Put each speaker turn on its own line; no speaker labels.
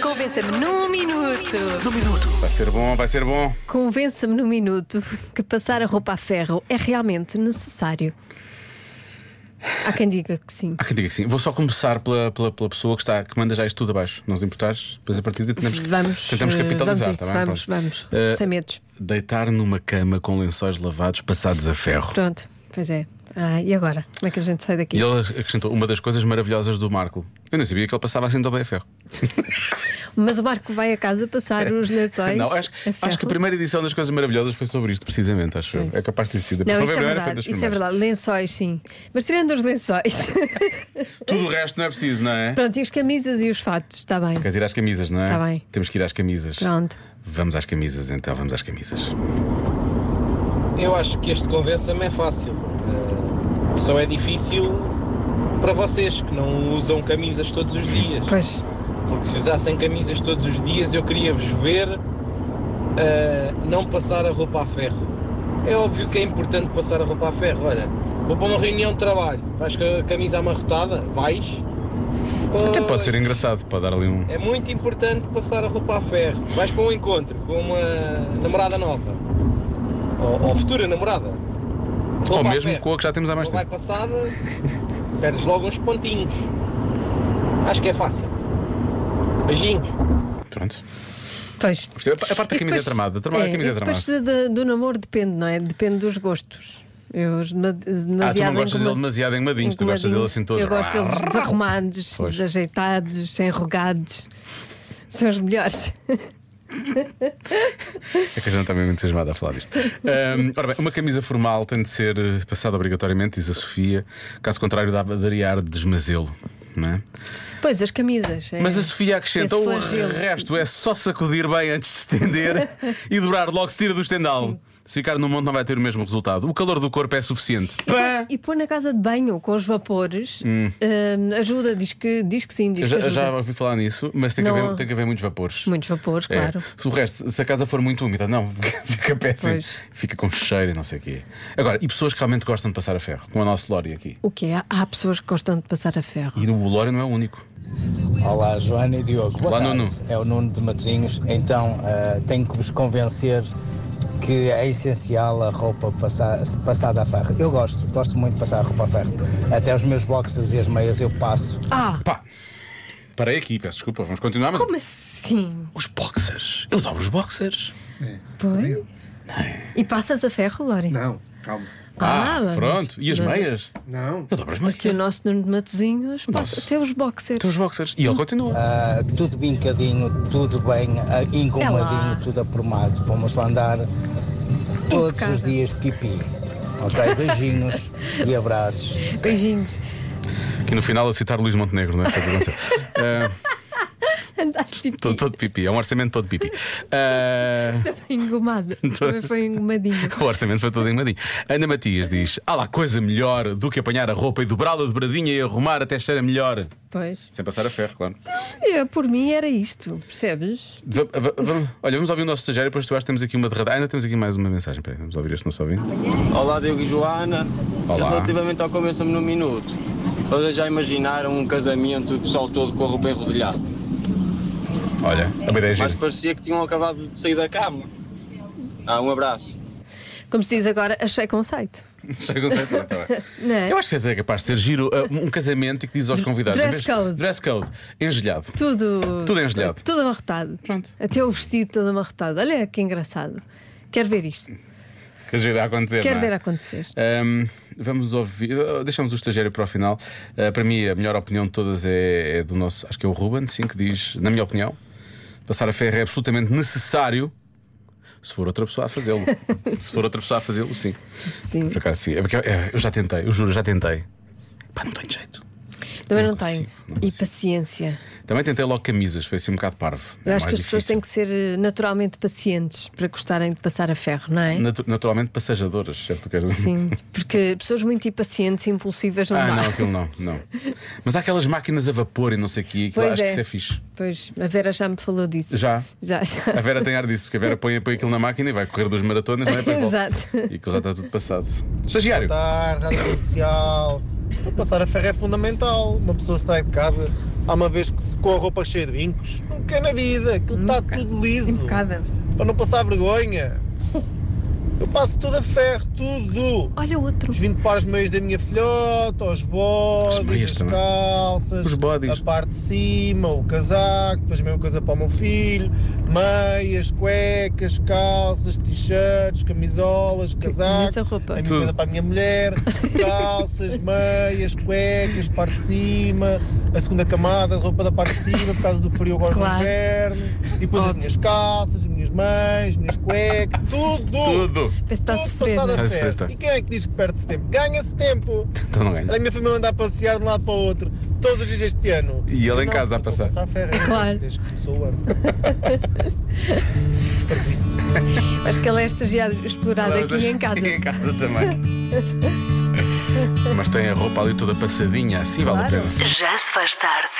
Convença-me num minuto.
Vai ser bom, vai ser bom.
Convença-me num minuto que passar a roupa a ferro é realmente necessário. Há quem diga que sim.
Há quem diga que sim. Vou só começar pela, pela, pela pessoa que, está, que manda já isto tudo abaixo. Não nos importares? Depois a partir daí tentamos,
Vamos,
tentamos
eh,
capitalizar.
vamos, a isso,
tá bem?
vamos,
Pronto.
vamos.
Eh,
Sem medos.
Deitar numa cama com lençóis lavados passados a ferro.
Pronto, pois é. Ah, e agora? Como é que a gente sai daqui?
E ele acrescentou uma das coisas maravilhosas do Marco. Eu nem sabia que ele passava assim tão bem a ferro.
Mas o Marco vai a casa passar os lençóis.
Não, acho,
a ferro.
acho que a primeira edição das coisas maravilhosas foi sobre isto, precisamente, acho eu.
Pois.
É capaz de ter sido. A
Não,
pessoa
isso é
foi a primeira, foi
verdade.
das
Isso é
primeiras.
verdade. Lençóis, sim. Mas tirando os lençóis.
Tudo o resto não é preciso, não é?
Pronto, e as camisas e os fatos, está bem.
Queres ir às camisas, não é?
Tá bem.
Temos que ir às camisas.
Pronto.
Vamos às camisas, então, vamos às camisas.
Eu acho que este convença-me é fácil. Eh, Só é difícil para vocês que não usam camisas todos os dias.
Pois,
Porque se usassem camisas todos os dias, eu queria-vos ver eh, não passar a roupa a ferro. É óbvio que é importante passar a roupa a ferro. Olha, vou para uma reunião de trabalho. Vais com a camisa amarrotada? Vais?
Até pode
Pois.
ser engraçado, pode dar ali um.
É muito importante passar a roupa a ferro. Vais para um encontro com uma namorada nova. Ou, ou futura namorada.
Ou
Roupa a
mesmo
ferro.
com a que já temos há mais
Ou vai
tempo.
passada, perdes logo uns pontinhos. Acho que é fácil. Beijinhos.
Pronto.
pois.
Percebe? A parte da
E
camisa é
depois-
tramada. Tramada,
é,
a camisa é
isso
tramada.
Depois de- do namoro depende, não é? Depende dos gostos. Eu os ma- demasiado
Ah, tu não gostas
engoma-
dele demasiado engomadinho, tu gostas dele assim todo.
Eu gosto deles desarrumados,
Pois.
desajeitados, enrugados. São os melhores.
É que a gente está mesmo entusiasmada a falar disto. Ahm, ora bem, uma camisa formal tem de ser eh, passada obrigatoriamente, diz a Sofia. Caso contrário, dá- daria ar de desmazelo. Não é?
Pois, as camisas. é.
Mas a Sofia
Esse
acrescenta o
flagelo."
resto é só sacudir bem antes de estender e dobrar logo se tira do estendal. Se ficar no monte não vai ter o mesmo resultado. O calor do corpo é suficiente. Pá!
E pôr na casa de banho com os vapores hum, ajuda, diz que, diz que sim, diz
Eu
que
já,
ajuda.
já ouvi falar nisso, mas tem que,
Não
haver,
há-
tem que haver muitos vapores.
Muitos vapores,
É.
claro.
Se o resto, se a casa for muito úmida, não, fica péssimo.
Pois.
Fica com cheiro e não sei o quê. Agora, e pessoas que realmente gostam de passar a ferro, como a nossa Lori aqui.
O que é? Há pessoas que gostam de passar a ferro.
E o Lori não é o único.
Olá, Joana e Diogo. Boa
Olá,
tarde.
Nuno.
É o Nuno de Matosinhos. Então, ah, tenho que vos convencer que é essencial a roupa passa- passada a ferro. Eu gosto, gosto muito de passar a roupa a ferro. Até os meus boxes e as meias eu passo.
Ah,
Pá, parei aqui, peço desculpa, vamos continuar, mas.
como assim?
Os boxers. Eu dobro os boxers.
Pois. E passas a ferro, Lori?
Não, calma.
Ah, mas-
pronto. E as
mas-
meias?
Não.
Eu dobro as meias.
Que o nosso Nuno de Matozinhos passa
Nossa.
até os boxers.
Tem os boxers. E ele continua.
Ah, tudo bincadinho, tudo bem
É
ah,
lá.
engomadinho, tudo aprumado. Vamos andar todos
Impecável.
os dias pipi. Ok? Beijinhos e abraços.
Beijinhos.
Aqui no final a citar Luís Montenegro, não é? Foi o que aconteceu. Ah,
Andar tipo
todo, todo pipi, é um orçamento todo pipi. Ah,
engomado. Também foi engomadinho.
O orçamento foi todo engomadinho. Ana Matias diz: Há lá coisa melhor do que apanhar a roupa e dobrá-la dobradinha e arrumar até cheira melhor.
Pois.
Sem passar a ferro, claro.
Eu, por mim era isto, percebes?
Va- va- vamos- olha, vamos ouvir o nosso estagiário, depois tu acho que temos aqui uma derrada. Ah, ainda temos aqui mais uma mensagem. Peraí, vamos ouvir este nosso ouvinte.
Olá Diogo e Joana. É
Olá.
Relativamente ao Convença-me no Minuto, vocês já imaginaram um casamento o pessoal todo com a roupa enrodilhada?
Olha, é uma ideia
Mas
gira.
parecia que tinham acabado de sair da cama. Ah, um abraço.
Como se diz agora, achei conceito.
Chega o conceito, vai, tá bem.
Não é?
Eu acho que é capaz de ser giro uh, um casamento e que diz aos convidados:
Dress
em vez-
code.
Dress code. Engelhado.
Tudo.
Tudo engelhado.
Tudo amarrotado.
Pronto.
Até o vestido todo amarrotado. Olha que engraçado. Quero ver isto.
Quer ver a acontecer.
Quero
não é?
ver acontecer.
Ahm, vamos ouvir. ah, Deixamos o estagiário para o final. Ah, para mim, a melhor opinião de todas é, é do nosso. Acho que é o Ruben, sim, que diz: na minha opinião, passar a ferro é absolutamente necessário. Se for outra pessoa a fazê-lo. Se for outra pessoa a fazê-lo, sim.
Sim.
Por acaso, sim. É porque, é, eu já tentei, eu juro, já tentei. Pá, não tenho jeito.
Também
Não
não tenho.
consigo, não
E paciência.
Também tentei logo camisas, foi assim um bocado parvo.
Eu
É
acho que
mais
as pessoas
difícil.
têm que ser eh, naturalmente pacientes para gostarem de passar a ferro, não é?
Natu- naturalmente passageadoras, certo? Quer dizer?
Sim, porque pessoas muito impacientes e impulsivas não
Ah,
dá.
não, aquilo não, não. Mas há aquelas máquinas a vapor e não sei o quê, aquilo
Pois
acho
é.
que isso é fixe.
Pois, a Vera já me falou disso.
Já?
Já,
A
já.
Vera tem ar disso, porque a Vera põe, põe aquilo na máquina e vai correr duas maratonas, não é? Depois volta.
Exato.
E aquilo já está tudo passado. Estagiário!
Tá. tarde, rádio comercial. Para passar a ferro é fundamental. Uma pessoa sai de casa
Há uma vez que secou a roupa cheia de brincos? Nunca na vida, aquilo está
Nunca. Um
tudo liso.
Impecável.
Para não passar vergonha. Eu passo tudo a ferro, tudo.
Olha outro.
Os 20 pares de meios da minha filhota, os
As
bodes,
meias
as
também.
calças,
Os bodes.
a parte de cima, o casaco, depois a mesma coisa para o meu filho, meias, cuecas, calças, t-shirts, camisolas, casaco,
imensa roupa.
a mesma
Tudo.
coisa para a minha mulher, calças, meias, cuecas, parte de cima, a segunda camada de roupa da parte de cima por causa do frio agora
Claro.
no inverno, e depois as minhas calças, as minhas mães, as minhas cuecas,
Tudo!
Parece que está a
tudo
sofrer.
passado
não é?
Está a
a
sofrer, está.
ferro. E quem é que diz que perde-se tempo? Ganha-se tempo.
Então não ganho.
Tá
Olha a minha família andar a passear de um lado para o outro, todos os dias este ano.
E ele em
Não,
casa a
estou
passar.
a ferro ainda,
Claro.
Desde que começou o ano. Cardice.
Acho que ela é estagiário explorada aqui em casa.
E em casa também. Mas tem a roupa ali toda passadinha, assim vale a
Claro.
pena.
Já se faz tarde.